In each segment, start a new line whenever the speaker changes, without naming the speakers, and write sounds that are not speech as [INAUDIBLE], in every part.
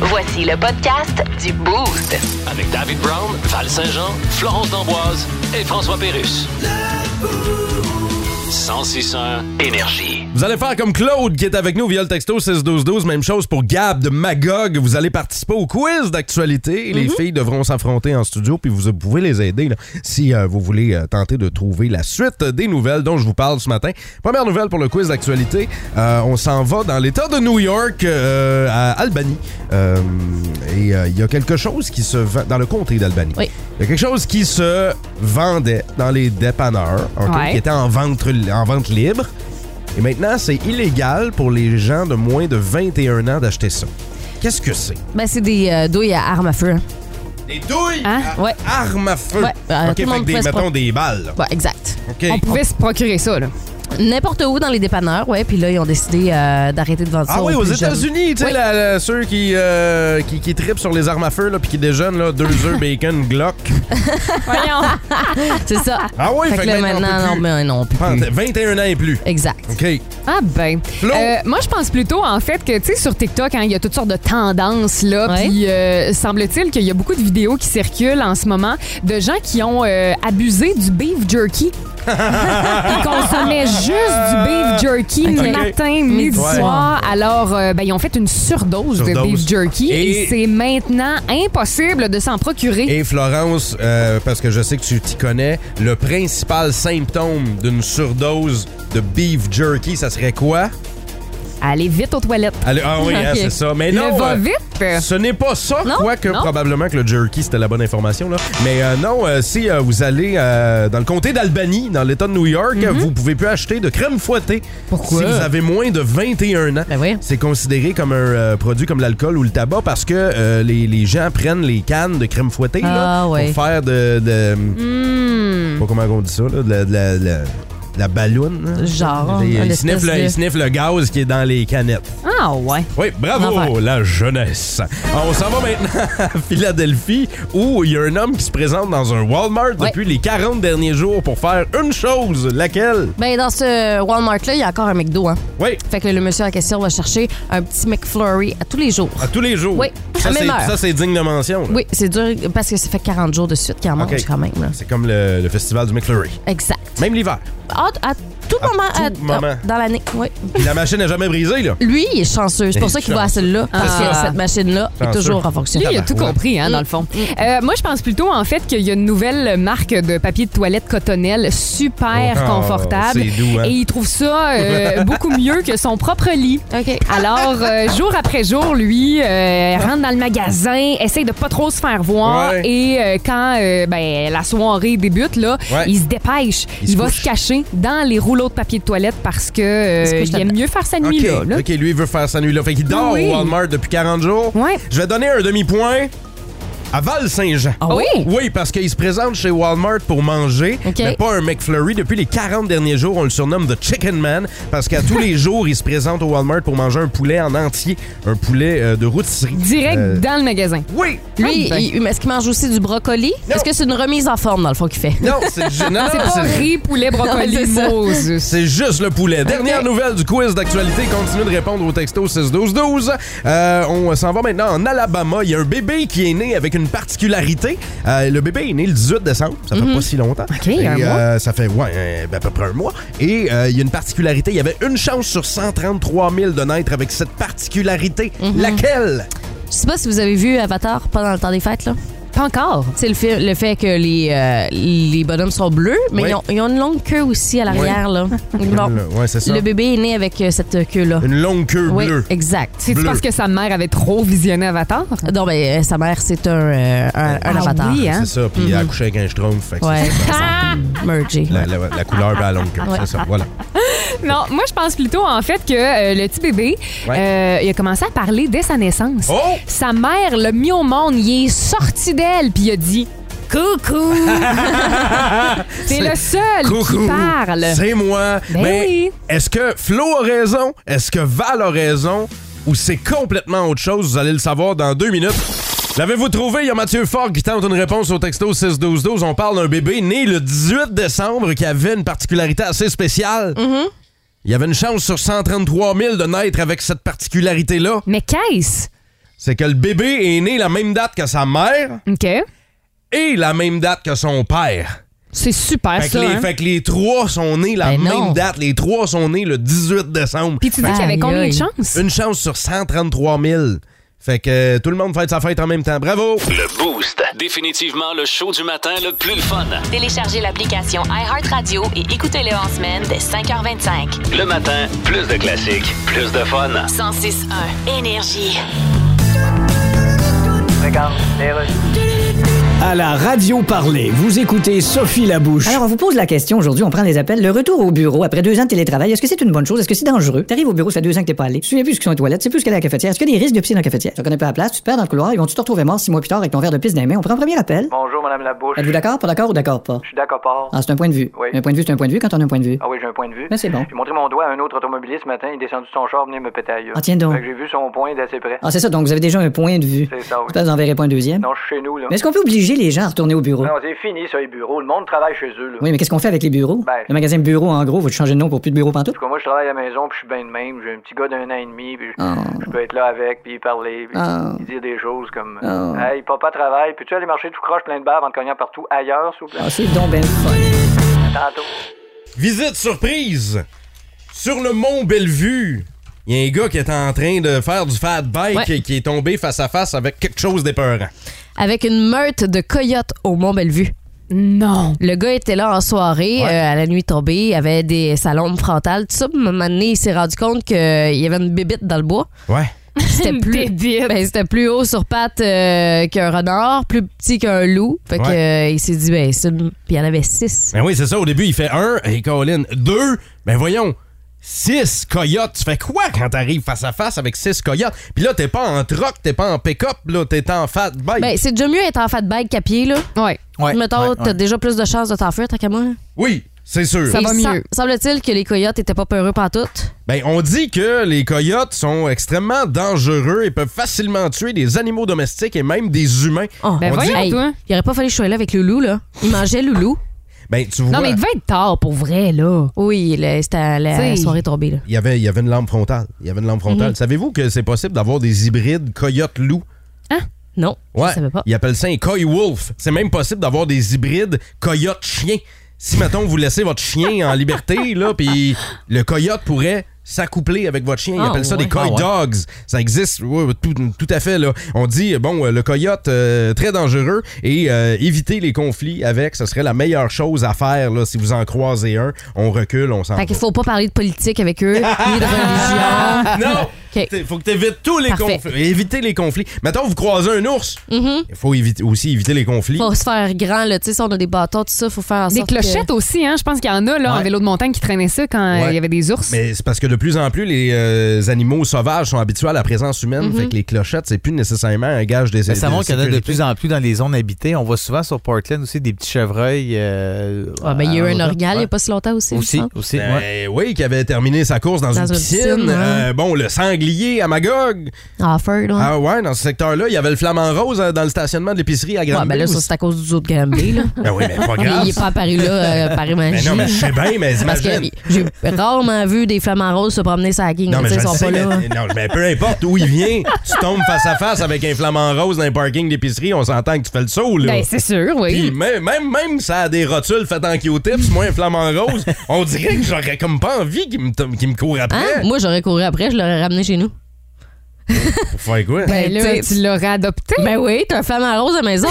Voici le podcast du Boost.
Avec David Brown, Val Saint-Jean, Florence D'Amboise et François Pérus. 1061 énergie.
Vous allez faire comme Claude qui est avec nous via le texto 61212. Même chose pour Gab de Magog. Vous allez participer au quiz d'actualité.
Mhm.
Les filles devront s'affronter en studio, puis vous pouvez les aider là, si euh, vous voulez euh, tenter de trouver la suite des nouvelles dont je vous parle ce matin. Première nouvelle pour le quiz d'actualité. euh, on s'en va dans l'État de New York, euh, à Albany. Euh, et euh, il y a quelque chose qui se vend dans le comté d'Albany.
Oui.
Il y a quelque chose qui se vendait dans les dépanneurs, ok,
Ouais.
qui était en vente, en vente libre. Et maintenant, c'est illégal pour les gens de moins de 21 ans d'acheter ça. Qu'est-ce que c'est?
Ben, c'est des euh, douilles à armes à feu.
Des douilles!
Hein?
à-
Ouais.
Armes à feu!
Ouais, euh,
OK,
tout le monde
fait que des,
pouvait se
mettons,
prendre-
des balles. là.
Ouais, exact.
OK.
On pouvait se procurer ça, là.
N'importe où dans les dépanneurs, ouais. Puis là, ils ont décidé euh, d'arrêter de vendre ça.
Ah oui, aux
plus jeunes.
États-Unis, tu sais,
Oui.
la- la- ceux qui, euh, qui, qui tripent sur les armes à feu, là, puis qui déjeunent, là,
[LAUGHS]
deux œufs, bacon, Glock.
Voyons.
C'est ça.
Ah [LAUGHS] oui,
fait, que là,
maintenant,
maintenant,
on
non,
peut
mais non, on peut
plus.
plus.
Pente- 21 ans et plus.
Exact.
OK.
[LAUGHS] Ah ben.
Flo?
Euh, moi, je pense plutôt, en fait, que, tu sais, sur TikTok, hein, il y a toutes sortes de tendances, là.
Ouais.
Puis, euh, semble-t-il qu'il y a beaucoup de vidéos qui circulent en ce moment de gens qui ont euh, abusé du
[LAUGHS]
beef jerky. ils consommaient juste du beef jerky
Ok.
matin, midi,
Ouais.
soir. Alors, euh, ben, ils ont fait une surdose, de
Surdose.
beef jerky.
Et-
Et, c'est maintenant impossible de s'en procurer.
Et Florence, euh, parce que je sais que tu t'y connais, le principal symptôme d'une surdose de beef jerky, ça serait quoi?
Allez vite aux toilettes.
Allez, ah oui,
[LAUGHS]
hein,
Ok.
c'est ça. Mais non,
Le va
euh,
vite.
ce n'est pas ça,
Non?
quoique
Non?
probablement que le jerky, c'était la bonne information. Là. Mais euh, non, euh, si euh, vous allez euh, dans le comté d'Albany, dans l'État de New York, vous pouvez plus acheter de crème fouettée
Mhm. Pourquoi?
si vous avez moins de 21 ans.
Ben oui.
C'est considéré comme un euh, produit comme l'alcool ou le tabac parce que euh, les, les gens prennent les cannes de crème fouettée là,
Ah, ouais.
pour faire de... de-
Hmm.
pas comment on dit ça, là, de la, de la, de la- de la balloune. là.
Genre,
Ils-
un
ils
espèce
sniffent le-
de-
ils sniffent le gaz qui est dans les canettes.
Ah ouais.
Oui, bravo,
L'enfer.
la jeunesse. On s'en va maintenant [LAUGHS] à Philadelphie où il y a un homme qui se présente dans un Walmart
Ouais.
depuis les 40 derniers jours pour faire une chose. Laquelle?
Ben, dans ce Walmart-là, il y a encore un McDo, hein.
Oui,
Fait que le monsieur en question va chercher un petit McFlurry à tous les jours.
à tous les jours.
Oui,
Ça,
à
c'est,
même heure.
ça, c'est digne de mention. là.
Oui, c'est dur parce que ça fait 40 jours de suite qu'il en mange
OK.
quand même. là.
C'est comme le, le festival du McFlurry.
Exact.
Même l'hiver.
À, à tout
À
moment,
tout
à-
moment.
dans l'année, oui.
Puis la machine n'a jamais brisé, là.
Lui, il est chanceux. C'est pour
Il est
ça qu'il va à celle-là. Parce que
Ah.
cette machine-là est
Chanceux.
toujours en
Lui, il
fonctionnement.
a tout
Ouais.
compris, hein, dans le
Mm.
fond. Euh, moi, je pense plutôt, en fait, qu'il y a une nouvelle marque de papier de toilette cotonnelle super
Oh,
confortable.
c'est doux, hein?
Et il trouve ça
[LAUGHS]
euh, beaucoup mieux que son propre lit.
OK.
Alors, euh, jour après jour, lui euh, rentre dans le magasin, essaye de pas trop se faire voir.
Ouais.
Et euh, quand euh, ben, la soirée débute, là,
Ouais.
il se dépêche.
Il
Il,
se
va
couche.
se cacher dans les rouleaux de papier de toilette parce que euh,
Il se couche
il aime
là-dedans.
mieux faire sa
OK,
nuit là, là.
OK, lui, il veut faire sa nuit-là. Fait qu'il dort
Ah Oui.
au Walmart depuis 40 jours.
Ouais.
Je vais donner un demi-point à Val-Saint-Jean. Oh.
Ah oui?
Oui, parce qu'il se présente chez Walmart pour manger,
OK.
mais pas un McFlurry. Depuis les 40 derniers jours, on le surnomme The Chicken Man parce qu'à tous
[LAUGHS]
les jours, il se présente au Walmart pour manger un poulet en entier, un poulet euh, de rôtisserie.
Direct
Euh,
dans le magasin.
Oui!
Lui,
Ah, ben.
il- est-ce qu'il mange aussi du brocoli?
Non.
Est-ce que c'est une remise en forme, dans le fond, qu'il fait?
Non, c'est ju- non, non,
[LAUGHS] Ah, C'est pas
c'est-
riz, poulet, brocoli,
C'est ça.
Moses.
c'est juste le poulet. Dernière nouvelle du quiz d'actualité. Continue de répondre au texto 6-12-12. Euh, on s'en va maintenant en Alabama. Il y a un bébé qui est né avec une particularité. Euh, le bébé est né le 18 décembre. Ça fait pas si longtemps.
OK, un
Et,
mois.
euh, ça fait ouais, euh, ben, à peu près un mois. Et euh, il y a une particularité. Il y avait une chance sur 133 000 de naître avec cette particularité. Laquelle?
Je sais pas si vous avez vu Avatar pendant le temps des fêtes, là.
Pas encore.
C'est le fait, le fait que les, euh, les bonhommes sont bleus, mais
Oui.
ils, ont, ils ont une longue queue aussi à
[LAUGHS]
l'arrière. là. Bon,
Ouais, c'est ça.
le bébé est né avec euh, cette queue-là.
Une longue queue
Oui,
bleue.
exact.
C'est-tu
Bleu.
parce que sa mère avait trop visionné Avatar?
Non, ben, euh, sa mère, c'est un, euh, un, un
Ah
avatar.
oui, hein?
C'est ça, puis elle a couché avec un schtroumpf. fait que
Ouais,
c'est
[LAUGHS]
ça.
Ah!
mergé.
La, la- la couleur de la longue queue, c'est ça, voilà.
Non, moi, je pense plutôt, en fait, que euh, le petit bébé, euh, il a commencé à parler dès sa naissance.
Oh!
Sa mère l'a mis au monde, il est sorti d'elle, puis il a dit «
[LAUGHS]
Coucou! » C'est le seul
Coucou,
qui parle.
c'est moi.
Ben
Mais
oui.
est-ce que Flo a raison? Est-ce que Val a raison? Ou c'est complètement autre chose? Vous allez le savoir dans deux minutes. L'avez-vous trouvé? Il y a Mathieu Fort qui tente une réponse au texto 61212. On parle d'un bébé né le 18 décembre qui avait une particularité assez spéciale.
Mm-hmm.
Il y avait une chance sur 133 000 de naître avec cette particularité-là.
Mais qu'est-ce?
C'est que le bébé est né la même date que sa mère
OK.
et la même date que son père.
C'est super,
Fait que,
ça.
les,
hein?
fait que les trois sont nés la
Ben
même
non.
date. Les trois sont nés le 18 décembre.
Puis tu dis qu'il y avait
Aïe,
combien de
aïe.
chances?
Une chance sur 133 000. Fait que euh, tout le monde fête sa fête en même temps. Bravo!
Le Boost. Définitivement le show du matin le plus le fun.
Téléchargez l'application iHeartRadio et écoutez-le en semaine dès 5h25.
Le matin, plus de classiques, plus de fun.
106.1 Énergie.
À la radio parler, vous écoutez Sophie Labouche.
Alors, on vous pose la question aujourd'hui, on prend les appels. Le retour au bureau après deux ans de télétravail, est-ce que c'est une bonne chose? Est-ce que c'est dangereux? T'arrives au bureau, ça fait deux ans que t'es pas allé. Tu te souviens plus ce qu'ils sont aux toilettes, tu sais plus ce qu'elle est à la cafetière. Est-ce qu'il y a des risques de pisser dans la cafetière? Tu connais pas la place, tu te perds dans le couloir, ils vont te retrouver mort six mois plus tard avec ton verre de pisse dans les mains. On prend un premier appel.
Bonjour, Madame Labouche.
Êtes-vous d'accord, pas d'accord ou d'accord pas?
Je suis d'accord, pas.
Ah, c'est un point de vue.
Oui.
Un point de vue, c'est un point de vue quand on a un point de vue.
Ah oui, j'ai un point de vue.
Mais c'est bon.
J'ai montré mon doigt à un autre automobiliste ce matin, il est descendu de son char, venir me péter ailleurs.
Ah, tiens donc.
Fait que j'ai vu son point d'assez près.
Ah, c'est ça, donc vous avez déjà un point de vue.
C'est ça, oui.
J'espère que vous en verrez pas un deuxième.
Non, je suis chez nous, là.
Mais est-ce qu'on peut obliger les gens à retourner au bureau?
Non, c'est fini, ça, les bureaux. Le monde travaille chez eux, là.
Oui, mais qu'est-ce qu'on fait avec les bureaux?
Ben-
Le magasin bureau, en gros, faut changer de nom pour plus de bureau pantoute?
En tout cas, moi, je travaille à la maison, puis je suis bien de même. J'ai un petit gars d'un an et demi, puis je,
Ah.
je peux être là avec, puis parler, puis
Ah.
puis dire des choses comme...
Ah.
Hey, papa travaille, puis tu aller marcher tout croche plein de barres en te cognant partout ailleurs, s'il vous plaît?
Ah, c'est donc ben le fun.
Tantôt.
Visite surprise! Sur le Mont Bellevue, il y a un gars qui est en train de faire du fat bike
Ouais.
et qui est tombé face à face avec quelque chose d'épeurant.
Avec une meute de coyotes au Mont-Bellevue.
Non.
Le gars était là en soirée,
Ouais.
euh, à la nuit tombée, il avait des salons frontales, tout ça. Puis, à un moment donné, il s'est rendu compte qu'il y avait une bébite dans le bois.
Ouais.
C'était plus,
Bébite.
ben, c'était plus haut sur pattes euh, qu'un renard, plus petit qu'un loup. Fait que,
Ouais.
euh, il s'est dit, ben, c'est une- puis il y en avait six.
Ben oui, c'est ça. Au début, il fait un, et Colin, deux. Ben voyons, six coyotes. Tu fais quoi quand t'arrives face à face avec six coyotes? Puis là, t'es pas en troc, t'es pas en pick-up, là, t'es en fat bike.
Ben, c'est déjà mieux être en fat bike qu'à pied, là.
Ouais.
Ouais,
Mettons,
ouais,
t'as
ouais.
déjà plus de chances de t'enfuir, tant qu'à moi.
oui, c'est sûr.
Ça va
Il sem-
mieux.
Semble-t-il que les coyotes étaient pas peureux pantoute.
Ben, on dit que les coyotes sont extrêmement dangereux et peuvent facilement tuer des animaux domestiques et même des humains.
Oh,
Ben
On
voyons,
Hey,
toi.
il aurait pas fallu que je sois là avec Loulou, là. Il mangeait Loulou.
Ben, tu vois,
Non, mais il devait être tard, pour vrai, là.
Oui, là, c'était à la
T'sais.
soirée tombée, là.
il y avait, il y avait une lampe frontale. Il y avait une lampe
Mhm.
frontale. Savez-vous que c'est possible d'avoir des hybrides coyotes-loups?
Non,
Ouais.
je savais pas.
Ils appellent ça un coy wolf. C'est même possible d'avoir des hybrides coyote chien. Si mettons vous laissez votre chien
[LAUGHS]
en liberté là, puis le coyote pourrait s'accoupler avec votre chien. Ils
Ah,
appellent ça
ouais.
des coy
Ah, ouais.
dogs. Ça existe ouais, tout, tout à fait là. On dit bon euh, le coyote euh, très dangereux et euh, éviter les conflits avec, ce serait la meilleure chose à faire là si vous en croisez un. On recule, on s'en.
Fait
va. [LAUGHS]
qu'il faut pas parler de politique avec eux, ni de religion.
Ah! [LAUGHS] Non!
[LAUGHS] Ok.
T'es- Faut que tu évites tous les
Parfait. Hmm?
conflits. Éviter les conflits. Mettons, vous croisez un ours.
Mm-hmm.
Il faut éviter, aussi éviter les conflits.
Faut se faire grand, là. Tu sais, si on a des bâtons, tout ça, faut faire en
Des
sorte que-
clochettes aussi, hein. Je pense qu'il y en a, là, en
Ouais.
vélo de montagne qui traînait ça quand euh, il
Ouais.
y avait des ours.
Mais c'est parce que de plus en plus, les euh, animaux sauvages sont habitués à la présence humaine.
Mhm.
Fait que les clochettes, c'est plus nécessairement un gage des
Mais savons
de
qu'il y en a de
sécurité.
plus en plus dans les zones habitées. On voit souvent sur Portland aussi des petits chevreuils. euh,
Ah, ben, il y a eu
à-
un organe il n'y
Ouais.
a pas si longtemps aussi. je
Aussi,
pense.
aussi.
Ben
ouais.
Oui, qui avait terminé sa course dans,
Dans
une
une
piscine.
piscine, ouais.
Euh, bon, le sanglier à Magog.
Ah, Ferd, ouais.
Ah ouais, dans ce secteur-là, il y avait le flamant rose euh, dans le stationnement de l'épicerie à
Ouais,
Granby.
ben là, ça,
aussi.
c'est à cause du zoo de
[LAUGHS]
Granby, là.
Ben oui, mais pas
[LAUGHS] Mais
grave.
il est pas
[LAUGHS]
apparu là, euh, par
Mais
magie.
non, mais je
[LAUGHS]
sais bien, mais
Parce que
imagine.
j'ai rarement vu des flamants roses se promener sur la king.
Non, mais je
tu sais,
le
ils sont
sais,
pas
mais,
là.
[LAUGHS] non, mais peu importe où il vient, tu tombes face à face avec un flamant rose dans un parking d'épicerie, on s'entend que tu fais le saut, là.
Ben, c'est sûr,
Puis
oui.
même, même, même ça a des rotules faites en Q-tips, moi un flamant
[LAUGHS]
rose, on dirait que j'aurais comme pas envie qu'il me, tom- qu'il me court
Hein?
après.
Moi, j'aurais couru après, je l'aurais ramené chez nous.
Pour faire quoi?
Ben,
Ben,
là,
tu-
tu l'aurais adopté.
[LAUGHS] Ben oui, t'as un flamant rose à la maison.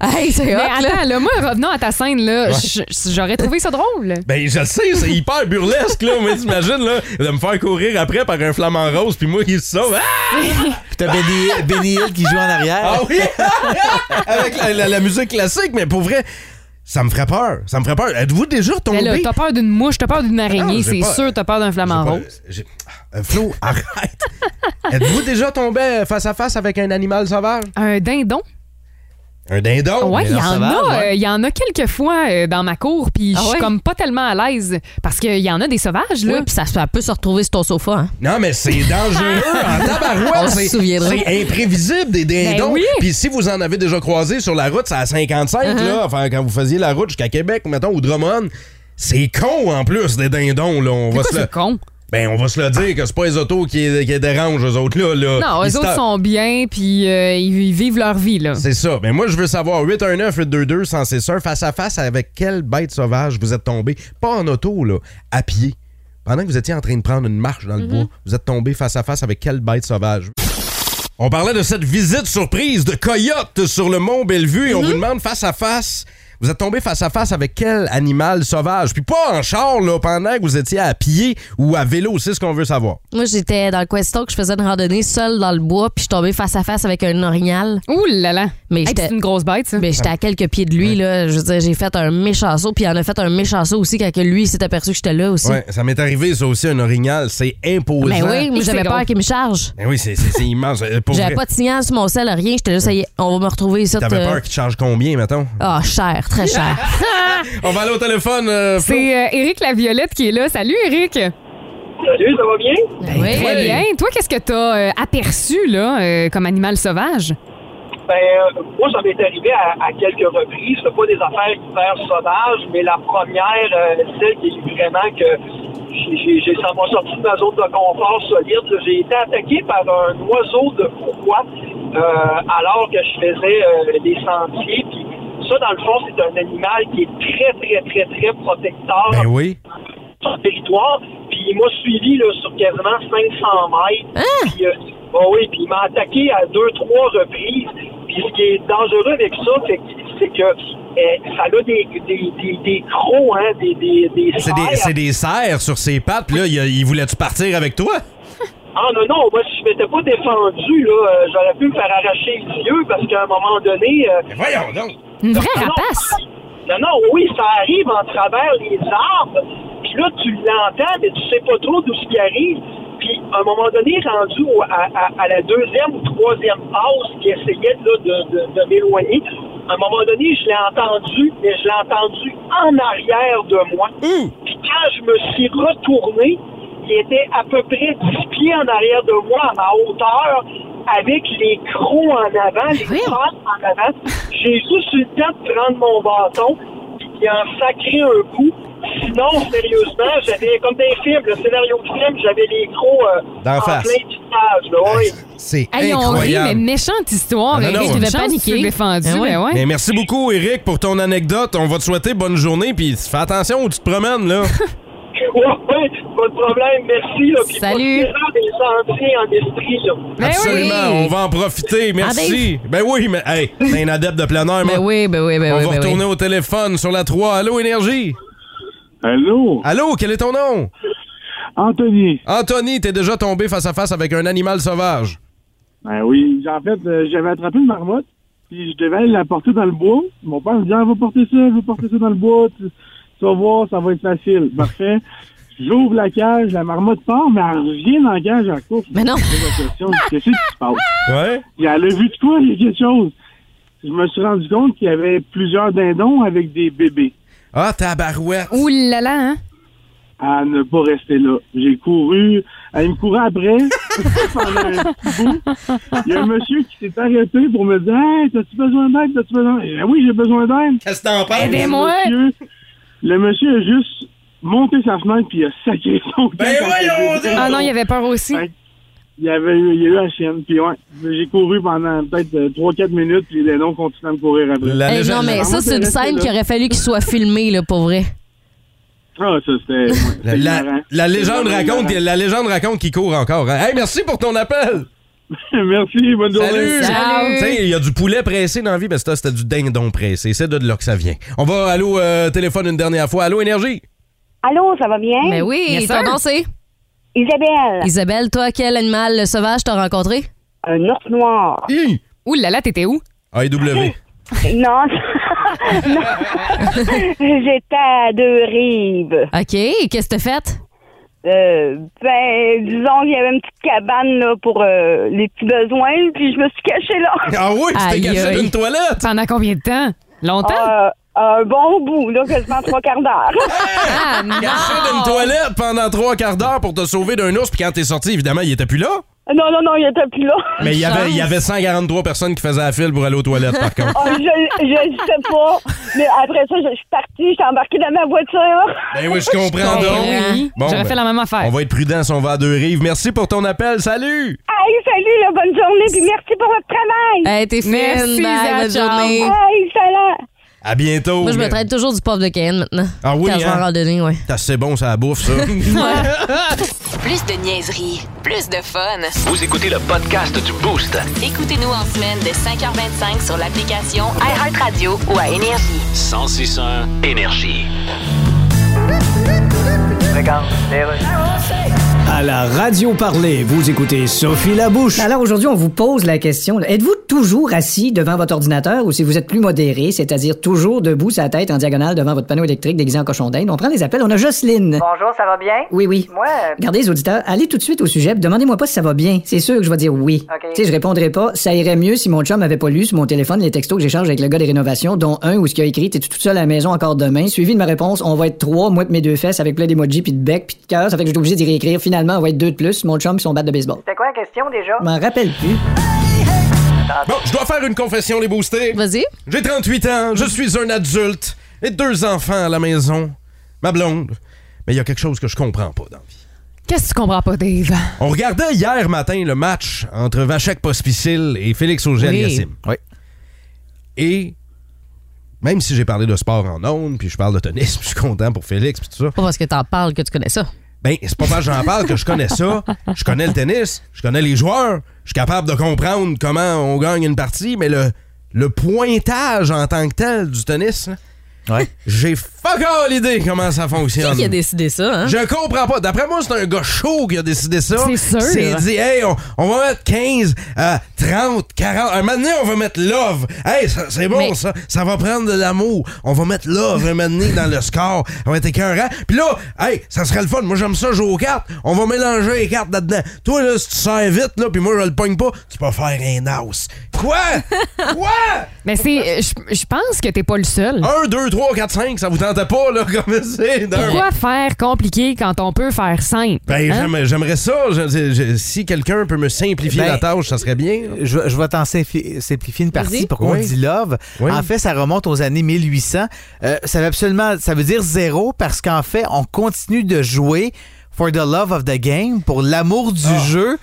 Hey, c'est
Mais
hot, là.
attends, là, moi, revenons à ta scène, là, j- j'aurais trouvé ça drôle.
Ben, je le sais, c'est hyper burlesque, là. Mais t'imagines, là, de me faire courir après par un flamant rose, puis moi qui se sauve. Ah,
Puis t'as Benny, Benny Hill qui joue en arrière.
Ah oui! [LAUGHS] Avec la, la- la musique classique, mais pour vrai, ça me ferait peur. Ça me ferait peur. Êtes-vous déjà
Mais Ben là,
tombé?
t'as peur d'une mouche, t'as peur d'une araignée,
Non, Ah, j'ai
c'est
pas-
sûr, t'as peur d'un flamant
J'ai
rose.
pas- j'ai- Ah, Flo,
[LAUGHS]
arrête! Êtes-vous déjà tombé face à face avec un animal sauvage?
Un dindon?
Un dindon?
Ouais, il y
dindon
en
sauvage,
a,
ouais.
euh, il y en a quelques fois euh, dans ma cour, puis je
Ah
suis
ouais?
comme pas tellement à l'aise parce qu'il y en a des sauvages là.
Oui, puis ça, ça peut se retrouver sur ton sofa. hein.
Non, mais c'est dangereux
[LAUGHS]
en
On
tabarouette.
se
C'est
souviendra.
c'est imprévisible des dindons.
Ben oui. Uh-huh.
Puis si vous en avez déjà croisé sur la route, c'est à 55, là, enfin, quand vous faisiez la route jusqu'à Québec, mettons, ou Drummond, c'est con en plus des dindons. Là. On, va
C'est
se
quoi
le...
ce con?
ben, on va se le dire que c'est pas les autos qui, qui dérangent, eux autres. là. là.
Non,
Euh, Ils
eux
se
autres
tapent.
sont bien, puis euh, ils, ils vivent leur vie là.
C'est ça. Mais moi, je veux savoir, 819-822, sans cesseur, face à face, avec quelle bête sauvage vous êtes tombé? Pas en auto, là, à pied. Pendant que vous étiez en train de prendre une marche
Mhm.
dans le bois, vous êtes tombé face à face avec quelle bête sauvage? On parlait de cette visite surprise de coyote sur le mont Bellevue
Mhm.
et on vous demande face à face. Vous êtes tombé face à face avec quel animal sauvage? Puis pas en char, là, pendant que vous étiez à pied ou à vélo, c'est ce qu'on veut savoir.
Moi, j'étais dans le Questo que je faisais une randonnée seule dans le bois, puis je suis tombée face à face avec un orignal.
Ouh là là!
Mais
Hey,
j'étais-
c'est une grosse bête ça.
Mais j'étais à quelques pieds de lui, là. Je veux dire, j'ai fait un méchant saut, puis il en a fait un méchant saut aussi quand que lui il s'est aperçu que j'étais là aussi.
Ouais, ça m'est arrivé, ça aussi, un orignal. C'est imposant.
Mais Ben oui, moi,
Et
j'avais
c'est
peur
gros.
qu'il me charge.
Ben oui, c'est c'est- c'est immense. Euh, pour
J'avais
vrai.
pas de signal sur mon sel, rien. J'étais là, ça y est, on va me retrouver ici.
T'avais
euh,
peur qu'il te charge combien, mettons?
Ah, cher,
[LAUGHS]
très cher.
On va aller au téléphone. euh, Flo.
C'est euh, Eric la Violette qui est là. Salut Eric!
Ben,
Salut, ça va bien?
oui.
Très bien. Toi, qu'est-ce que t'as euh, aperçu là euh, comme animal sauvage?
Ben, euh, moi, ça m'est arrivé à, à quelques reprises. C'est pas des affaires hyper sauvages, mais la première, euh, celle qui est vraiment que j'ai- j'ai, j'ai, ça m'a sorti de ma zone de confort solide. là. J'ai été attaqué par un oiseau de pourquoi euh, alors que je faisais euh, des sentiers. Puis ça, dans le fond, c'est un animal qui est très, très, très, très protecteur
Ben oui.
sur le territoire. Puis il m'a suivi là, sur quasiment 500 mètres. Puis, euh, bah oui, puis il m'a attaqué à deux, trois reprises. Puis ce qui est dangereux avec ça, c'est que, c'est que euh, ça a des, des, des, des crocs, hein, des, des, des serres.
C'est des, c'est des cerfs sur ses pattes, puis là, il, a- il voulait-tu partir avec toi?
Ah non, non, moi, si je m'étais pas défendu, là, euh, j'aurais pu me faire arracher les yeux parce qu'à un moment donné... euh,
Mais voyons donc!
Une vraie
Non, non,
rapace!
Non, non, oui, ça arrive en travers les arbres. Puis là, tu l'entends, mais tu sais pas trop d'où ce qui arrive. Puis, à un moment donné, rendu au- à, à- à la deuxième ou troisième passe qui essayait là, de, de- de m'éloigner, à un moment donné, je l'ai entendu, mais je l'ai entendu en arrière de moi. Puis quand je me suis retourné, il était à peu près 10 pieds en arrière de moi, à ma hauteur, avec les crocs en avant, les
Voyons.
crocs en avant. J'ai juste eu le temps de prendre mon bâton et en sacrer un coup. Sinon, sérieusement, j'avais, comme dans les films, le scénario de film, j'avais les crocs euh,
D'en
en
face.
plein visage. là, oui.
C'est
Hey, on rit, mais
incroyable.
méchante histoire.
Ah, non, non,
Eric.
on-
Une
devais
chance que
paniquer.
tu t'es défendu,
Ah ouais.
mais ouais.
Mais merci beaucoup, Eric, pour ton anecdote. On va te souhaiter bonne journée, puis fais attention où tu te promènes, [LAUGHS] là.
Ouais, [LAUGHS] ouais, pas de problème, merci. Là, puis
Salut.
profitez-en des sentiers en esprit. Là.
Ben
Absolument, on
oui.
va en profiter. Merci. Ben oui, mais hey, t'es un adepte de plein air, moi.
Ben oui, ben oui, ben
on
oui.
va
ben
retourner au téléphone sur la 3. Allô, Énergie?
Allô?
Allô, quel est ton nom?
Anthony.
Anthony, t'es déjà tombé face à face avec un animal sauvage.
Ben oui, en fait, euh, j'avais attrapé une marmotte, puis je devais la porter dans le bois. Mon père me dit, ah, va porter ça, va porter ça dans le bois, tu, tu vas voir, ça va être facile. Parfait. J'ouvre la cage, la marmotte part, mais elle revient dans la cage à course.
Mais non.
Je me pose la question, qu'est-ce qui se passe?
Ouais?
Puis elle a vu de quoi, il y a quelque chose. Je me suis rendu compte qu'il y avait plusieurs dindons avec des bébés.
Ah, tabarouette.
Ouh là là, hein?
à ne pas rester là. J'ai couru, elle me courait
[LAUGHS]
après [LAUGHS] pendant un petit bout. Il y a un monsieur qui s'est arrêté pour me dire Hey, t'as-tu besoin d'aide? T'as-tu besoin d'aide? J'ai dit, Ah oui, j'ai besoin d'aide.
Qu'est-ce que t'en penses?
Aidez-moi!
Le monsieur- Le monsieur a juste monté sa fenêtre puis il a sacré son camp.
Ben voyons donc!
Ah non, il avait peur aussi.
Ouais. Il y avait eu, il y a eu la chienne, puis ouais. J'ai couru pendant peut-être euh, 3-4 minutes, puis les noms continuent à me courir après.
La
oui. Eh,
légende-
non, mais ça, c'est une
Vraiment, c'est
scène
là.
qu'il aurait fallu qu'il soit filmée, là, pour vrai.
Ah, ça, c'était. ouais,
La,
c'était
la-
hilarant.
la légende
C'était vraiment
raconte,
hilarant.
la légende raconte qu'il court encore. hein. Hey, merci pour ton appel.
[LAUGHS] Merci, bonne journée.
Tu sais, Il y a du poulet pressé dans la vie, mais ça, c'était du dindon pressé. C'est de là que ça vient. On va aller au euh, téléphone une dernière fois. Allô, Énergie?
Allô, ça va bien?
Ben
Mais oui, Yes, ton sir. nom, c'est?
Isabelle.
Isabelle, toi, quel animal euh, sauvage t'as rencontré?
Un
[LAUGHS]
ours noir.
Ouh là là, t'étais où?
AEW.
Non. non. [LAUGHS] J'étais à deux rives.
OK, qu'est-ce que t'as fait?
Euh, ben, disons qu'il y avait une petite cabane là, pour euh, les petits besoins, puis je me suis cachée là.
Ah toilette?
Pendant combien de temps? Longtemps?
Euh, un bon bout, là, quasiment trois quarts d'heure.
ah,
Caché d'une toilette pendant trois quarts d'heure pour te sauver d'un ours, puis quand t'es sorti, évidemment, il était plus là.
Non, non, non, il était plus là.
Mais il y avait, il y avait 143 personnes qui faisaient la file pour aller aux toilettes, par contre.
Ah, je je sais pas. Mais après ça, je, je suis partie, j'étais embarquée dans ma voiture.
Ben oui, je comprends donc.
ben
ben,
J'aurais fait la même affaire.
On va être prudent si on va à deux rives. Merci pour ton appel. Salut!
Hey, salut, là, bonne journée, puis merci pour votre travail.
Hey, t'es fine, Merci, bye, Isa, bonne ciao. journée.
Hey, salut.
À bientôt.
Moi, je me traite toujours du pauvre de Cayenne maintenant.
Ah oui,
Quand je vais
hein?
en randonnée, ouais.
T'as- C'est bon, ça la bouffe, ça.
[LAUGHS]
Plus de niaiserie, plus de fun.
Vous écoutez le podcast du Boost.
Écoutez-nous en semaine de 5h25 sur l'application iHeartRadio ou à Énergie.
1061 Énergie.
À la radio parler, vous écoutez Sophie Labouche.
Alors aujourd'hui, on vous pose la question. là. Êtes-vous toujours assis devant votre ordinateur ou si vous êtes plus modéré, c'est-à-dire toujours debout, sa tête en diagonale devant votre panneau électrique déguisé en cochon d'Inde? On prend les appels. On a Jocelyne.
Bonjour, ça va bien?
Oui, oui.
Moi, euh,
Regardez les auditeurs, allez tout de suite au sujet, puis demandez-moi pas si ça va bien. C'est sûr que je vais dire oui.
OK.
Tu sais, je répondrai pas, ça irait mieux si mon chum avait pas lu sur mon téléphone les textos que j'échange avec le gars des rénovations, dont un où ce qu'il a écrit, t'es toute seule à la maison encore demain, suivi de ma réponse, on va être trois, moi de mes deux fesses avec plein d'emojis puis de bec puis de cœur, ça fait que je suis obligé d'y réécrire. Finalement, on va être deux de plus, mon chum puis son bat de baseball.
C'était quoi la question déjà?
Je m'en rappelle plus.
Bon, je dois faire une confession, les boostés.
Vas-y.
J'ai 38 ans, je suis un adulte et deux enfants à la maison. Ma blonde. Mais il y a quelque chose que je comprends pas dans la vie.
Qu'est-ce que tu comprends pas, Dave?
On regardait hier matin le match entre Vachek Pospisil et Félix auger
Oui.
Oui. Et même si j'ai parlé de sport en ondes, puis je parle de tennis, [LAUGHS] puis je suis content pour Félix, puis tout ça.
Pas parce que t'en parles que tu connais ça.
Ben, c'est pas parce que j'en parle que je connais ça. Je connais le tennis, je connais les joueurs, je suis capable de comprendre comment on gagne une partie, mais le, le pointage en tant que tel du tennis, là, j'ai fuck all idée comment ça
Qui
fonctionne.
qui a décidé ça, hein?
Je comprends pas. D'après moi, c'est un gars chaud qui a décidé ça.
C'est sûr.
C'est dit, hey, on, on va mettre 15, euh, 30, 40. Un moment donné, on va mettre love. Hey, ça- c'est bon,
Mais-
ça. Ça va prendre de l'amour. On va mettre love un moment donné dans le score. On va être écœurant. Puis là, hey, ça serait le fun. Moi, j'aime ça jouer aux cartes. On va mélanger les cartes là-dedans. Toi, là, si tu sers vite, là, puis moi, je le pogne pas, tu peux faire un house.
[LAUGHS]
Quoi? Quoi?
Mais c'est. euh, Je je pense que t'es pas le seul.
1, 2, 3, 4, 5, ça vous tentait pas, là, comme c'est? d'un-
Pourquoi faire compliqué quand on peut faire simple?
Ben,
hein?
j'aime- j'aimerais ça. Je- je- si quelqu'un peut me simplifier
Ben,
la tâche, ça serait [LAUGHS] bien.
Je, je vais t'en simplifier, simplifier une partie
Vas-y.
pour qu'on
Oui.
dit love.
Oui.
En fait, ça remonte aux années 1800. Euh, ça veut absolument, ça veut dire zéro parce qu'en fait, on continue de jouer for the love of the game, pour l'amour du
Ah.
jeu,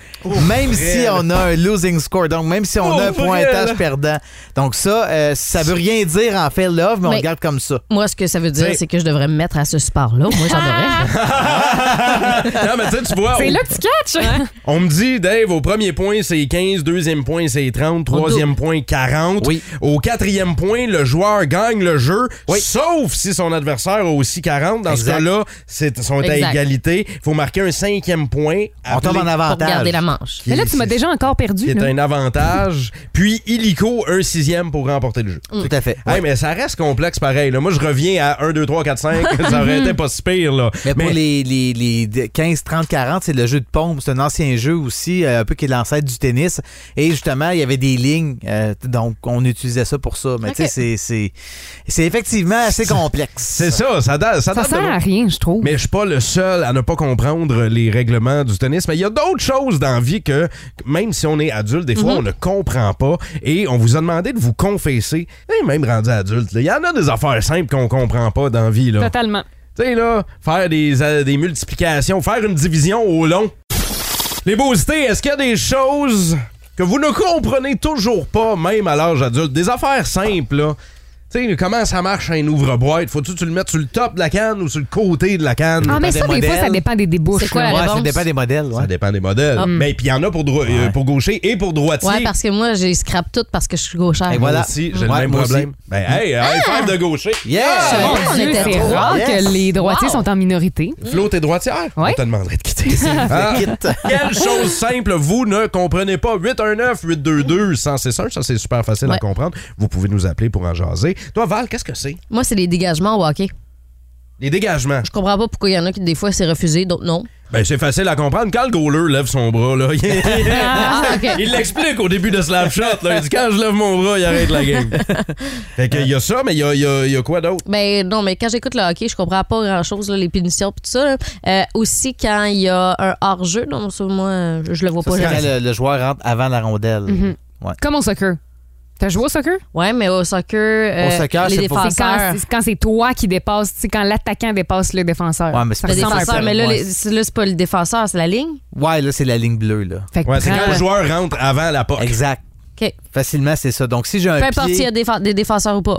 même si on a un losing score, donc même si on
Oh,
a un
vrai,
pointage
là.
perdant. Donc ça, euh, ça veut rien dire en fait love, mais on
Mais-
regarde comme ça.
Moi, ce que ça veut dire,
T'sais-
c'est que je devrais me mettre à ce sport-là. Moi, j'adorais.
non, mais tu sais, tu vois,
Ah, C'est
on,
là que tu catches!
on me dit, Dave, au premier point, c'est 15, deuxième point, c'est 30, troisième point, 40.
Oui.
Au quatrième point, le joueur gagne le jeu, sauf si son adversaire a aussi 40. Dans ce
Exact.
cas-là, c'est- ils sont à
Exact.
égalité. Il faut marquer un cinquième point.
On tombe en
appelé-
pour garder
avantage.
la manche.
Mais là, tu m'as
c'est-
déjà encore
qui
perdu.
est
là.
un avantage. Puis illico, un sixième pour remporter le jeu.
Mm.
Tout à fait.
Hey, mais ça reste complexe pareil. là. Moi, je reviens à 1, 2, 3, 4,
[LAUGHS]
5. ça aurait été pas si pire. Là.
Mais, pour les, les, les 15, 30, 40, c'est le jeu de pompe. C'est un ancien jeu aussi, euh, un peu qui est l'ancêtre du tennis. Et justement, il y avait des lignes. euh, donc, on utilisait ça pour ça. Mais tu sais, c'est- c'est- c'est effectivement assez complexe.
C'est ça, ça date, ça
Ça
date de
sert
loin.
à rien, je trouve.
Mais je suis pas le seul à ne pas comprendre les règlements du tennis. Mais il y a d'autres choses dans la vie que, même si on est adulte, des fois, on ne comprend pas. Et on vous a demandé de vous confesser. Et même rendu adulte, là, il y en a des affaires simples qu'on comprend pas dans la vie. là.
Totalement.
Tu sais, là, faire des, euh, des multiplications, faire une division au long. Les beaucités, est-ce qu'il y a des choses que vous ne comprenez toujours pas, même à l'âge adulte? Des affaires simples, là. Tu sais, comment ça marche un ouvre-boîte? Faut-tu que tu le mettes sur le top de la canne ou sur le côté de la canne?
Ah, mais ça, des fois, ça dépend des débouches. là.
Ouais, ça dépend des modèles. Ça dépend des modèles.
Ah.
Mais puis il y en a pour, dro- euh, pour gaucher et pour droitier.
Ouais, parce que moi, j'ai scrap tout parce que je suis gauchère.
Et voilà. si j'ai le même problème. Ben, hey, high five de gaucher.
Ah, mon
on
Dieu,
était
C'est
trois.
rare
Yes.
que les droitiers sont
[LAUGHS]
en minorité.
Flo, t'es droitière? On te demanderait de quitter. Ah. Quelle chose simple, vous ne comprenez pas. 819-822-161, ça c'est super facile à
Ouais.
comprendre. Vous pouvez nous appeler pour en jaser. Toi, Val, qu'est-ce que c'est?
Moi, c'est les dégagements au hockey.
Les dégagements.
Je comprends pas pourquoi il y en a qui, des fois, c'est refusé, d'autres non.
Ben, c'est facile à comprendre. Quand le goaler lève son bras, là, [LAUGHS] il-
Ah, ok.
il l'explique au début de Slap Shot. Là. Il dit quand je lève mon bras, il arrête la game. [LAUGHS] Fait que, il y a ça, mais il y a, il y a- il y a quoi d'autre?
Ben non, mais quand j'écoute le hockey, je comprends pas grand-chose, là, les punitions pis tout ça. là. Euh, aussi, quand il y a un hors-jeu, non, ça, moi, euh, je, je le vois
Ça,
pas
c'est
jamais.
quand le, le joueur rentre avant la rondelle.
Mhm.
Ouais.
Comme au soccer. T'as joué au soccer?
Ouais, mais au soccer, euh,
soccer,
les
c'est pour-
C'est quand
défenseurs.
c'est- quand c'est toi qui dépasse, tu sais, quand l'attaquant dépasse le défenseur.
Ouais, mais c'est
Le
pas
ressemble un
défenseur,
peu.
mais là,
Ouais.
les- c'est- là, c'est pas le défenseur, c'est la ligne.
Ouais, là, c'est la ligne bleue. Là.
Fait que
Ouais, c'est
prends-
quand le joueur rentre avant la poque.
Exact.
OK.
Facilement, c'est ça. Donc, si j'ai un
Peu importe
pied-
s'il y a des, des défenseurs ou pas.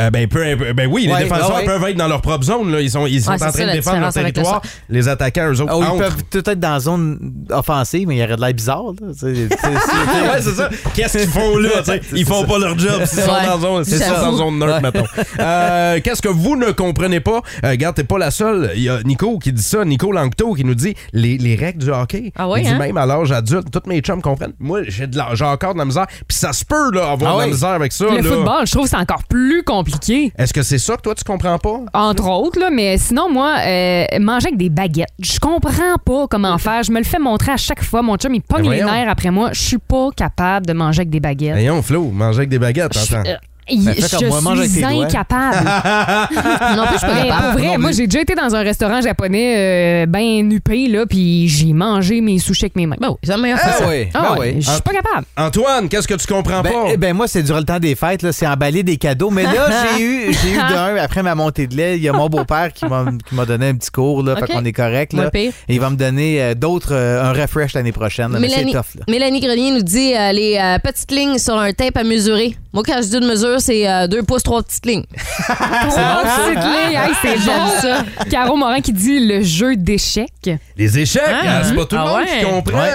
Euh, ben, peu imp- ben oui,
Ouais,
les défenseurs
ah ouais.
peuvent être dans leur propre zone. Là. Ils sont, ils sont
Ouais,
en
c'est
train
ça,
de
la
défendre leur
différence avec le
territoire. Les attaquants, eux autres,
Ah oui, ils
entrent.
peuvent tout être dans la zone offensive, mais ils auraient de l'air bizarre. là. C'est-
[LAUGHS]
c'est- c'est-
Ouais, c'est ça. Qu'est-ce qu'ils font
[LAUGHS]
là? tu sais? Ils font pas leur job s'ils sont
Ouais,
dans zone, s'ils sont
j'avoue.
dans zone
[LAUGHS]
neutre, mettons. Euh, Qu'est-ce que vous ne comprenez pas? Euh, regarde, t'es pas la seule. Il y a Nico qui dit ça, Nico Langto qui nous dit les, les règles du hockey.
Ah ouais,
Il dit
hein?
même à l'âge adulte, toutes mes chums comprennent. Moi, j'ai de la- j'ai encore de la misère. Puis ça se peut là, avoir
Ah
de la
ouais.
misère avec ça.
Le
là.
football, je trouve que c'est encore plus compliqué.
Est-ce que c'est ça que toi tu comprends pas?
Entre autres, là, mais sinon, moi, euh, manger avec des baguettes, je comprends pas comment faire. Je me le fais montrer à chaque fois. Mon chum, il pogne
Ben
les
voyons.
nerfs après moi. Je suis pas capable de manger avec des baguettes.
Voyons, Flo, manger avec des baguettes,
Je-
t'entends?
euh, il-
Ben, fais comme moi, mange
je
avec tes
suis
doigts.
[LAUGHS] incapable.
Non, plus, je suis pas
Mais
capable.
pour
Non
vrai,
plus.
moi, j'ai déjà été dans un restaurant japonais euh, ben nuppé, là, puis j'ai mangé mes sushis avec mes mains.
Ben oui, c'est la meilleure
Ah
façon.
oui,
Ah
ben
ouais,
oui.
Je suis pas capable.
Antoine, qu'est-ce que tu comprends
Ben,
pas?
eh ben, moi, c'est durant le temps des fêtes, là, c'est emballer des cadeaux. Mais là, j'ai eu,
[LAUGHS]
j'ai eu d'un, après ma montée de lait, il y a mon beau-père qui m'a, qui m'a donné un petit cours, là,
Ok.
fait qu'on est correct.
Moins
Là,
pire.
Et il va me donner euh, d'autres, euh, un refresh l'année prochaine. là, mais c'est
Mélanie,
tough. Là.
Mélanie Grenier nous dit euh, les euh, petites lignes sur un tape à mesurer. Moi, quand je dis une mesure, c'est euh, deux pouces, trois petites lignes.
Trois petites lignes, hey, c'est bon ça. Caro Morin qui dit le jeu d'échecs.
Les échecs,
Ah,
hein, c'est pas tout le
ah
monde qui
ouais.
comprend.
Ouais.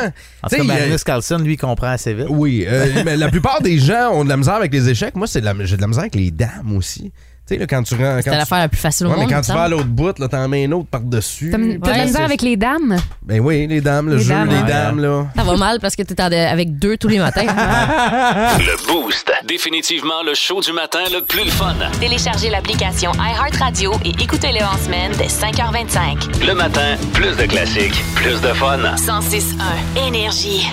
En tout
Tu sais,
cas, ben,
il y a-
Magnus Carlson, lui, comprend assez vite.
Oui, euh, mais la plupart des gens ont de la misère avec les échecs. Moi, c'est de la- j'ai de la misère avec les dames aussi. Tu sais, là, quand tu rends.
C'était l'affaire la hein. plus facile au
Ouais, mais
monde.
quand
il me
tu
semble.
vas à l'autre bout, là, t'en mets une autre par-dessus.
T'as t'as de la
Ouais,
misère
c'est-
avec les dames?
Ben oui, les dames, le
Les
jeu
dames,
des
ouais.
dames, là.
Ça va mal parce que t'es en- avec deux tous les matins.
Le Boost. Définitivement le show du matin le plus le fun.
Téléchargez l'application iHeartRadio et écoutez-le en semaine dès 5h25.
Le matin, plus de classiques, plus de fun.
106.1 Énergie.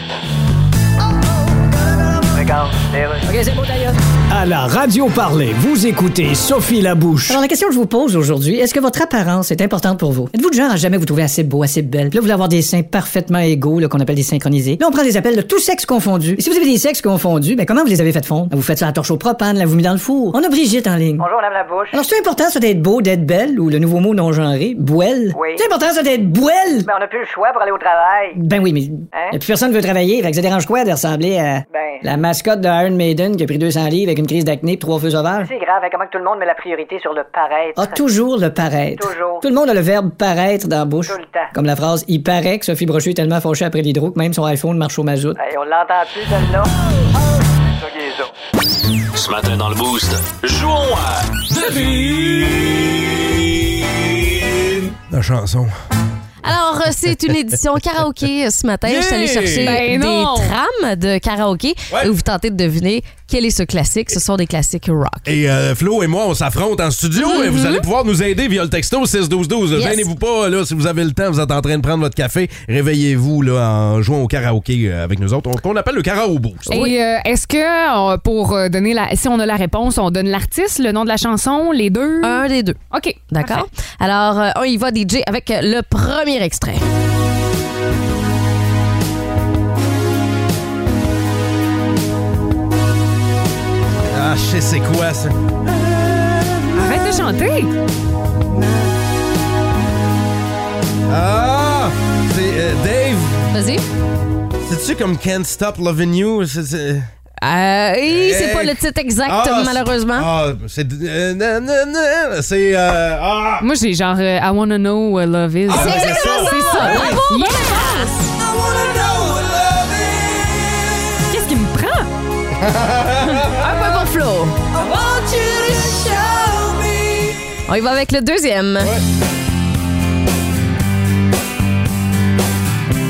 À la radio parler, vous écoutez Sophie Labouche.
Alors, la question que je vous pose aujourd'hui, est-ce que votre apparence est importante pour vous? Êtes-vous du genre à jamais vous trouver assez beau, assez belle? Puis Là, vous voulez avoir des seins parfaitement égaux, là, qu'on appelle des synchronisés. Là, on prend des appels de tous sexes confondus. Et si vous avez des sexes confondus, ben, comment vous les avez fait fondre? Vous faites ça à la torche au propane, là, vous mis dans le four. On a Brigitte en ligne.
Bonjour, Madame la bouche.
Alors, c'est important, ça, d'être beau, d'être belle, ou le nouveau mot non-genré, bouelle?
Oui.
C'est important, ça, d'être bouelle?
Mais on n'a plus le choix pour aller au travail.
Ben oui, mais
Hein?
et puis personne veut travailler, fait que ça dérange quoi de ressembler à
Ben.
la mascotte de Iron Maiden qui a pris 200 livres avec une crise d'acné et trois feux sauvages?
C'est grave, hein, comment que tout le monde met la priorité sur le paraître.
a toujours le paraître.
Toujours.
Tout le monde a le verbe paraître dans la bouche.
Tout le temps.
Comme la phrase Il paraît que Sophie Brochu est tellement fauchée après l'hydro que même son iPhone marche au mazout.
Hey, on l'entend-tu, celle-là? Ça qui est ça.
Ce matin dans le Boost, jouons à Devine.
La chanson.
Alors, euh, c'est une édition karaoké euh, ce matin. Je suis allée chercher
Ben
des
non!
trames de karaoké et vous tentez de deviner quel est ce classique. Ce sont des classiques rock.
Et euh, Flo et moi, on s'affronte en studio et
Mm-hmm.
vous allez pouvoir nous aider via le texto 6-12-12.
Yes.
Gênez-vous pas, là, si vous avez le temps, vous êtes en train de prendre votre café, réveillez-vous là, en jouant au karaoké euh, avec nous autres, On- qu'on appelle le karaoke boost.
Et euh, est-ce que euh, pour euh, donner la si on a la réponse, on donne l'artiste, le nom de la chanson, les deux
Un des deux.
OK.
D'accord? Alors, euh, on y va, DJ, avec euh, le premier extrait.
Ah, je sais c'est quoi ça.
Ben, Arrête de chanter.
Ah! C'est euh, Dave!
Vas-y.
C'est-tu comme Can't Stop Loving You? C'est- c'est-
Euh, et c'est pas le titre exact,
Ah,
malheureusement.
Ah, c'est. euh, na, na, na, c'est. euh, ah!
Moi, j'ai genre euh, I wanna know what love is.
Ah, C'est ben, c'est exactement ça. ça.
C'est ça.
Bravo,
Yes.
bonne
Qu'est-ce qui
[LAUGHS]
me prend?
Un peu pour Flo. On y va avec le deuxième.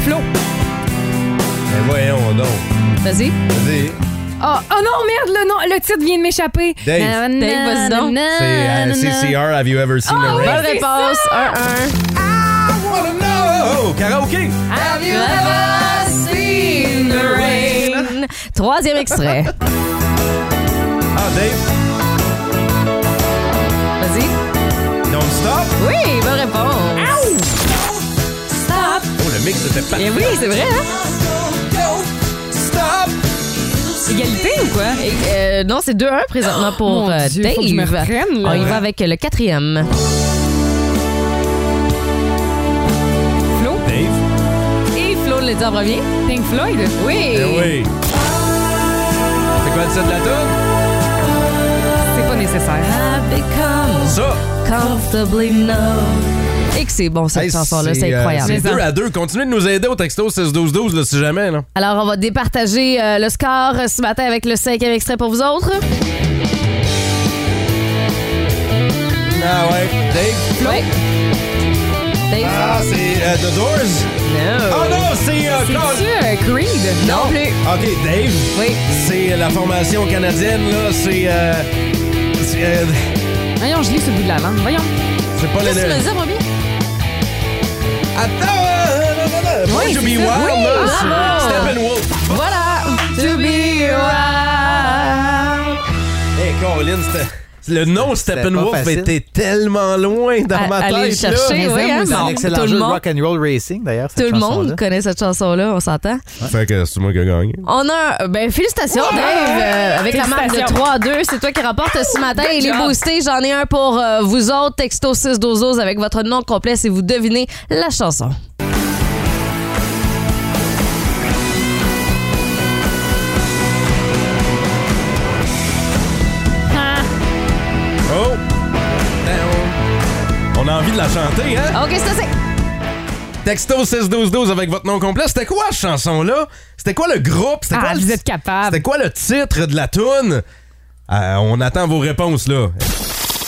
Flo.
Ben voyons donc.
Vas-y.
Vas-y.
Oh, oh non, merde, le, nom, le titre vient de m'échapper.
Dave.
Na- na-
Dave, vas-y donc.
na-
C'est euh,
na-
CCR, Have You Ever Seen a
Oh, Bonne
Rain?
réponse. 1-1.
Oh, karaoké!
Have you ever seen the rain? Troisième extrait.
Ah, Dave,
Vas-y.
Don't Stop!
Oui, bonne réponse. Stop.
Oh, le mix était parfait.
Eh oui, c'est vrai, hein? Égalité ou quoi? euh, non, c'est 2-1 présentement pour
Oh, Mon
euh,
Dieu,
Dave.
faut que je me reprenne, là.
On y
Ouais.
va avec le quatrième.
Flo.
Dave?
Et Flo le dit en premier.
Pink Floyd.
Oui.
Eh oui! C'est quoi le titre de la toune?
C'est pas nécessaire.
I've become
Ça!
comfortably numb. Et que c'est bon, cette
Hey,
chanson-là, c'est
euh,
incroyable.
C'est deux à deux. Continuez de nous aider au texto 6-12-12, là, si jamais. Là.
Alors, on va départager euh, le score euh, ce matin avec le cinquième extrait pour vous autres.
Ah ouais. Dave?
Oui. Dave?
Ah, c'est euh, The Doors?
Ben, No.
Oh non, c'est... euh, non,
C'est-tu euh, Creed?
Non plus.
OK, Dave,
Oui.
c'est euh, la formation canadienne, là. C'est... euh, c'est euh,
Voyons, je lis ce bout de la langue. Voyons.
c'est pas
Qu'est-ce que tu veux
le...
dire, mon bien?
euh, Attends! Born
Oui,
to be
c'est
wild,
ça. Oui,
là, c'est
bravo.
Steppenwolf.
Voilà. To be wild.
Hey, Caroline, c'était... Le nom
pas
Steppenwolf
facile.
était tellement loin dans
À-
ma tête.
aller le
là.
chercher.
Mais
oui,
hein,
hein,
C'est un
bon.
excellent
Tout le
jeu de
monde.
rock and roll racing, d'ailleurs.
Tout
cette
le monde
chanson-là.
connaît cette chanson-là, on s'entend.
Fait que c'est moi qui ai gagné.
On a un- Ben, félicitations, Dave! euh, avec la marque de
Félicitations.
3-2, c'est toi qui remporte ce matin.
Good
Et les
job.
boostés, j'en ai un pour euh, vous autres. Texto 6 12 avec votre nom complet si vous devinez la chanson.
Ah.
Oh! On a envie de la chanter, hein?
OK, c'est assez.
Texto 61212 avec votre nom complet. C'était quoi cette chanson-là? C'était quoi le groupe? C'était quoi,
Ah,
le-
vous êtes
C'était
capable.
quoi le titre de la toune? Euh, on attend vos réponses, là.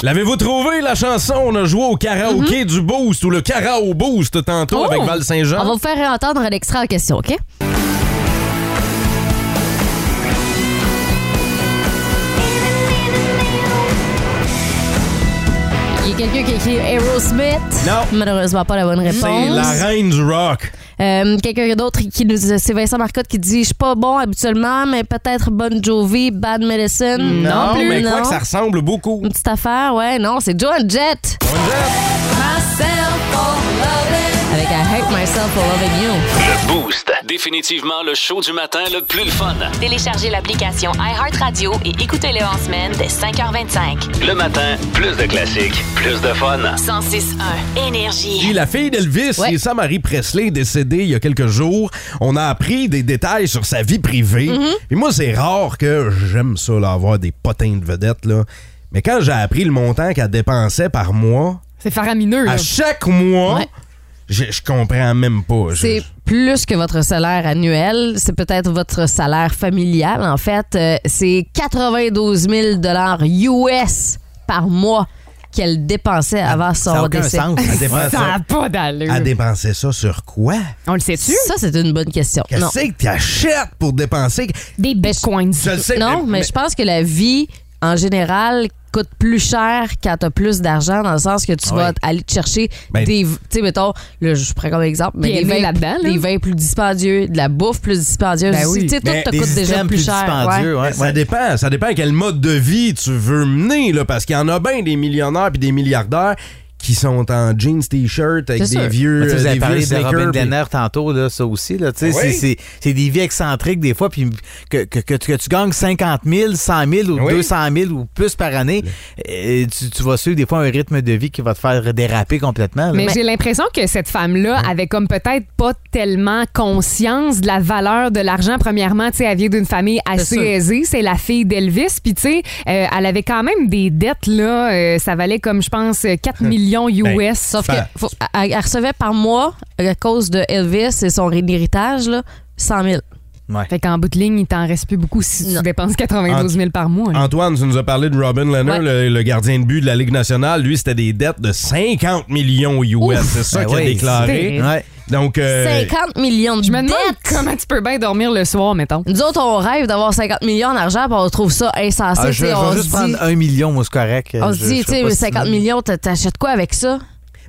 L'avez-vous trouvé, la chanson? On a joué au karaoké du Boost ou le Karao Boost tantôt
Mhm. Oh!
avec Val
On va
Saint-Jean.
vous faire entendre l'extrait en question, OK? Il y a quelqu'un qui a écrit Aerosmith.
Non.
Malheureusement, pas la bonne réponse.
C'est la reine du rock.
Euh, quelqu'un d'autre qui nous c'est Vincent Marcotte qui dit je suis pas bon habituellement mais peut-être Bon Jovi Bad Medicine
mais
non.
quoi que ça ressemble
[LAUGHS]
beaucoup.
une petite affaire ouais non c'est Joan Jett avec I Hate Myself for Loving You
Le Boost. Définitivement le show du matin le plus le fun.
Téléchargez l'application iHeartRadio et écoutez-le en semaine dès 5h25.
Le matin, plus de classiques, plus de fun.
106.1
Puis
Énergie.
la fille d'Elvis,
Ouais.
c'est Marie Presley, décédée il y a quelques jours. On a appris des détails sur sa vie privée.
Mhm.
Et moi, c'est rare que j'aime ça, là, avoir des potins de vedettes. Là. Mais quand j'ai appris le montant qu'elle dépensait par mois,
C'est faramineux. là.
à chaque mois,
Ouais.
je, je comprends même
Ah,
pas. Je-
c'est plus que votre salaire annuel c'est peut-être votre salaire familial en fait Euh, c'est 92 000 dollars US par mois qu'elle dépensait avant son
Ah, Ça n'a aucun
décès
sens.
Elle dépensait,
Ça a pas d'allure.
elle dépensait ça sur quoi?
On le sait-tu?
ça c'est une bonne question non
Qu'est-ce que t'achètes pour dépenser?
Des bitcoins.
Je le sais.
Non, mais, je pense que la vie, en général, coûte plus cher quand t'as plus d'argent, dans le sens que tu vas aller te chercher
Ben-
des. Tu sais, mettons, là, je prends comme exemple, mais
Puis
des
elle est
vins,
là-dedans, là.
des vins plus dispendieux, de la bouffe plus dispendieuse.
Ben
aussi.
oui.
Tu sais, tout
Mais
te
Des
coûte déjà
systèmes
plus, cher. ouais.
dispendieux, ouais.
Ça dépend, ça dépend quel mode de vie tu veux mener, là, parce qu'il y en a bien des millionnaires puis des milliardaires qui sont en jeans, t-shirt, avec
C'est
des
sûr.
vieux,
Mais tu sais, vous
euh,
avez
des
parlé
vieux
de
sneakers.
Robin
puis-
Denner tantôt, là, ça aussi. Là, tu sais,
Ah oui?
c'est, c'est, c'est des vies excentriques des fois. Puis que, que, que, tu- que tu gagnes 50 000, 100 000 ou
Oui.
200 000 ou plus par année, euh, tu, tu vas suivre des fois un rythme de vie qui va te faire déraper complètement. là.
Mais j'ai l'impression que cette femme-là avait comme peut-être pas tellement conscience de la valeur de l'argent. Premièrement, tu sais, elle vient d'une famille assez
sûr.
aisée. C'est la fille d'Elvis. Puis, tu sais, euh, elle avait quand même des dettes, là. Euh, ça valait comme, je pense, 4 millions US.
Ben, Sauf que
Fa-
faut- elle, elle recevait par mois, à cause de Elvis et son héritage, là, 100 000.
Fait qu'en bout de ligne, il t'en reste plus beaucoup si tu dépenses 92 000 par mois. là.
Antoine, tu nous as parlé de Robin Lehner,
Ouais.
le, le gardien de but de la Ligue nationale. Lui, c'était des dettes de 50 millions US. C'est ça
Ben
qu'il a
oui,
déclaré.
c'est- Ouais.
Donc, euh,
50 millions de
Je me demande comment tu peux bien dormir le soir, mettons.
Nous autres, on rêve d'avoir 50 millions d'argent, puis on trouve ça insensé.
Ah,
tu
je,
sais,
je
on
vais
se
juste
dit-
prendre un million, moi, c'est correct.
On
Je-
se
je
dit,
sais
tu sais,
pas Ah, si
50 millions, t'a- t'achètes quoi avec ça?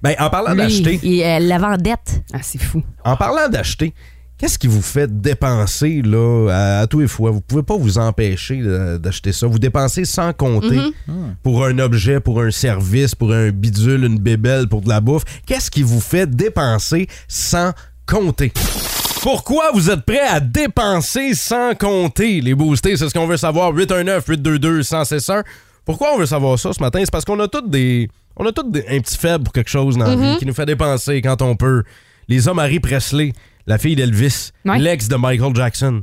ben, en parlant d'acheter,
il- euh, elle l'avait en dette.
Ah, c'est fou.
en parlant d'acheter, qu'est-ce qui vous fait dépenser là, à, à tous les fois? Vous pouvez pas vous empêcher euh, d'acheter ça. Vous dépensez sans compter
Mhm.
pour un objet, pour un service, pour un bidule, une bébelle, pour de la bouffe. Qu'est-ce qui vous fait dépenser sans compter? Pourquoi vous êtes prêts à dépenser sans compter, les boostés? C'est ce qu'on veut savoir. 819-822-161. Pourquoi on veut savoir ça ce matin? C'est parce qu'on a tous des. On a tous des- un petit faible pour quelque chose dans la vie
Mhm.
qui nous fait dépenser quand on peut. Les hommes Harry Presley, la fille d'Elvis, l'ex de Michael Jackson.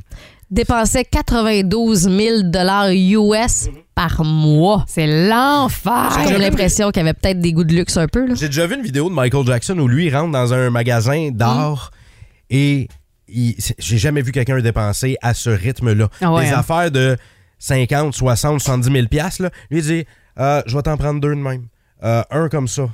Dépensait 92 000 US par mois.
C'est l'enfer!
J'ai l'impression qu'il y avait peut-être des goûts de luxe un peu. Là.
J'ai déjà vu une vidéo de Michael Jackson où lui il rentre dans un magasin d'art
Mm.
et il- c'est- j'ai jamais vu quelqu'un dépenser à ce rythme-là.
Ah ouais,
Des
hein?
affaires de 50, 60, 70 000 piastres, là. Lui il dit Euh, Je vais t'en prendre deux de même. Euh, un comme ça.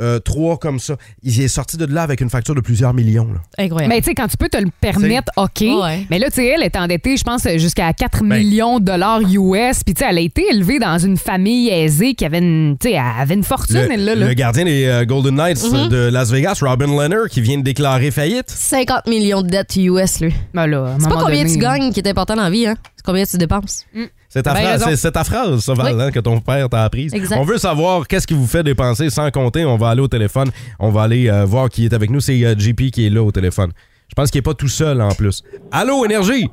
Euh, trois comme ça. Il est sorti de là avec une facture de plusieurs millions. là.
Incroyable.
Mais Ben, tu sais, quand tu peux te le permettre, OK.
Ouais.
Mais là, tu sais, elle est endettée, je pense, jusqu'à 4
Ben.
millions de dollars US. Puis tu sais, elle a été élevée dans une famille aisée qui avait une, tu sais, elle avait une fortune,
Le,
elle, là. Ben, là.
le gardien des euh, Golden Knights
Mhm.
Mm-hmm.
de Las Vegas, Robin Leonard, qui vient de déclarer faillite.
50 millions de dettes US, lui. C'est pas
moment
combien
donné,
tu
là.
gagnes qui est important dans la vie, hein? C'est combien tu dépenses.
C'est ta,
Ben,
phrase,
raison.
c'est- c'est ta phrase, ça, Val,
Oui.
hein, que ton père t'a apprise.
Exact.
On veut savoir qu'est-ce qui vous fait dépenser sans compter. On va aller au téléphone. On va aller euh, voir qui est avec nous. C'est euh, JP qui est là au téléphone. Je pense qu'il n'est pas tout seul en plus. Allô, Énergie?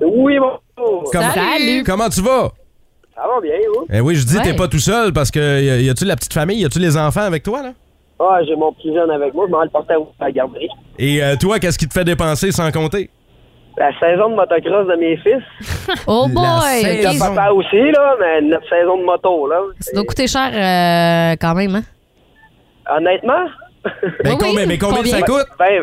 Oui, bonjour.
Comment- Comment tu vas?
Ça va bien, vous?
Eh oui, je dis
Ouais.
t'es pas tout seul parce que y a- y a-tu la petite famille? Y a-tu les enfants avec toi, là?
Ah, j'ai mon petit jeune avec moi, je m'en vais le porter à la garderie.
Et euh, toi, qu'est-ce qui te fait dépenser sans compter?
La saison de motocross de mes fils.
Oh
La boy!
Euh,
Le
saison.
papa aussi, là, mais notre saison de moto, là.
Ça doit coûter cher euh, quand même, hein?
Honnêtement? [LAUGHS]
Ben, combien- mais combien, ça coûte?
Ben,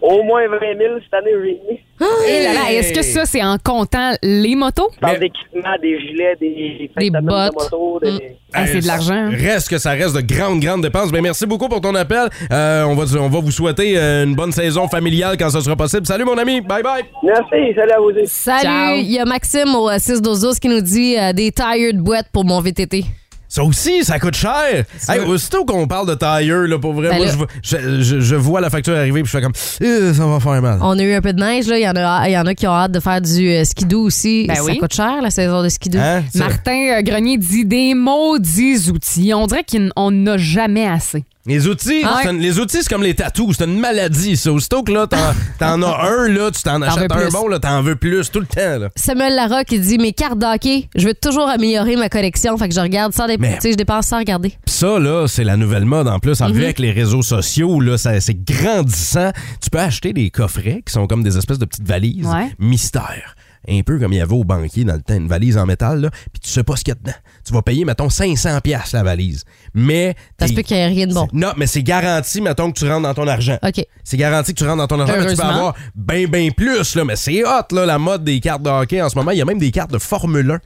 au moins 20 000 cette année, réunie.
Eh là là, Est-ce que ça, c'est en comptant les motos?
Par l'équipement, des gilets, des,
Des
de
bottes.
moto, des...
Ah, c'est de l'argent.
Reste que ça reste de grandes, grandes dépenses. Mais merci beaucoup pour ton appel. Euh, on, va, on va vous souhaiter euh, une bonne saison familiale quand ce sera possible. Salut, mon ami. Bye bye.
Merci, salut à vous.
Salut! Il y a Maxime au euh, 612 qui nous dit euh, des tired boîtes pour mon VTT.
Ça aussi, ça coûte cher. Hey, aussitôt qu'on parle de tailleur, là, pour vrai,
Ben
moi,
là-
je vois- je, je- je vois la facture arriver puis je fais comme, Euh, ça va faire mal.
On a eu un peu de neige, là. Il y en a, il y en a qui ont hâte de faire du euh, skidoo aussi.
Ben
ça
oui.
coûte cher, la saison de skidoo.
Hein? Ça-
Martin euh, Grenier dit des maudits outils. On dirait qu'on n'a jamais assez.
Les outils,
Ah ouais.
c'est une- les outils, c'est comme les tatous, c'est une maladie. Ça. Aussitôt que là, t'en, t'en as un, là, tu t'en achètes
veux
un
plus.
bon, là, t'en veux plus tout le temps. Là.
Samuel Larocque, il dit Mes cartes d'hockey, je veux toujours améliorer ma collection. Fait que je regarde sans dé-
Mais-
tu sais, je dépense sans regarder.
Pis ça, là, c'est la nouvelle mode. En
Mhm.
plus, avec les réseaux sociaux, là, ça- c'est grandissant. Tu peux acheter des coffrets qui sont comme des espèces de petites valises
Ouais.
mystères. Un peu comme il y avait au banquier dans le temps, une valise en métal, là, puis tu sais pas ce qu'il y a dedans. Tu vas payer, mettons, 500$ piastres la valise. Mais.
Ça se
t'es-
peut qu'il n'y ait rien de bon.
Non, mais c'est garanti, mettons, que tu rentres dans ton argent.
OK.
C'est garanti que tu rentres dans ton argent, mais tu peux
Heureusement.
avoir ben, ben plus, là. Mais c'est hot, là, la mode des cartes de hockey en ce moment. Il y a même des cartes de Formule 1.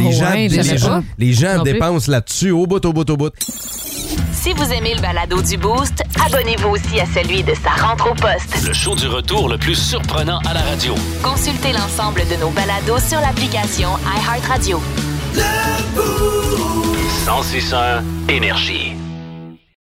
Les
Oh
gens,
ouais,
les,
j'avais pas.
gens, les gens
Non plus.
dépensent là-dessus au bout, au bout, au bout.
Si vous aimez le balado du Boost, abonnez-vous aussi à celui de sa rentre au poste.
Le show du retour le plus surprenant à la radio.
Consultez l'ensemble de nos balados sur l'application iHeartRadio.
106 énergie.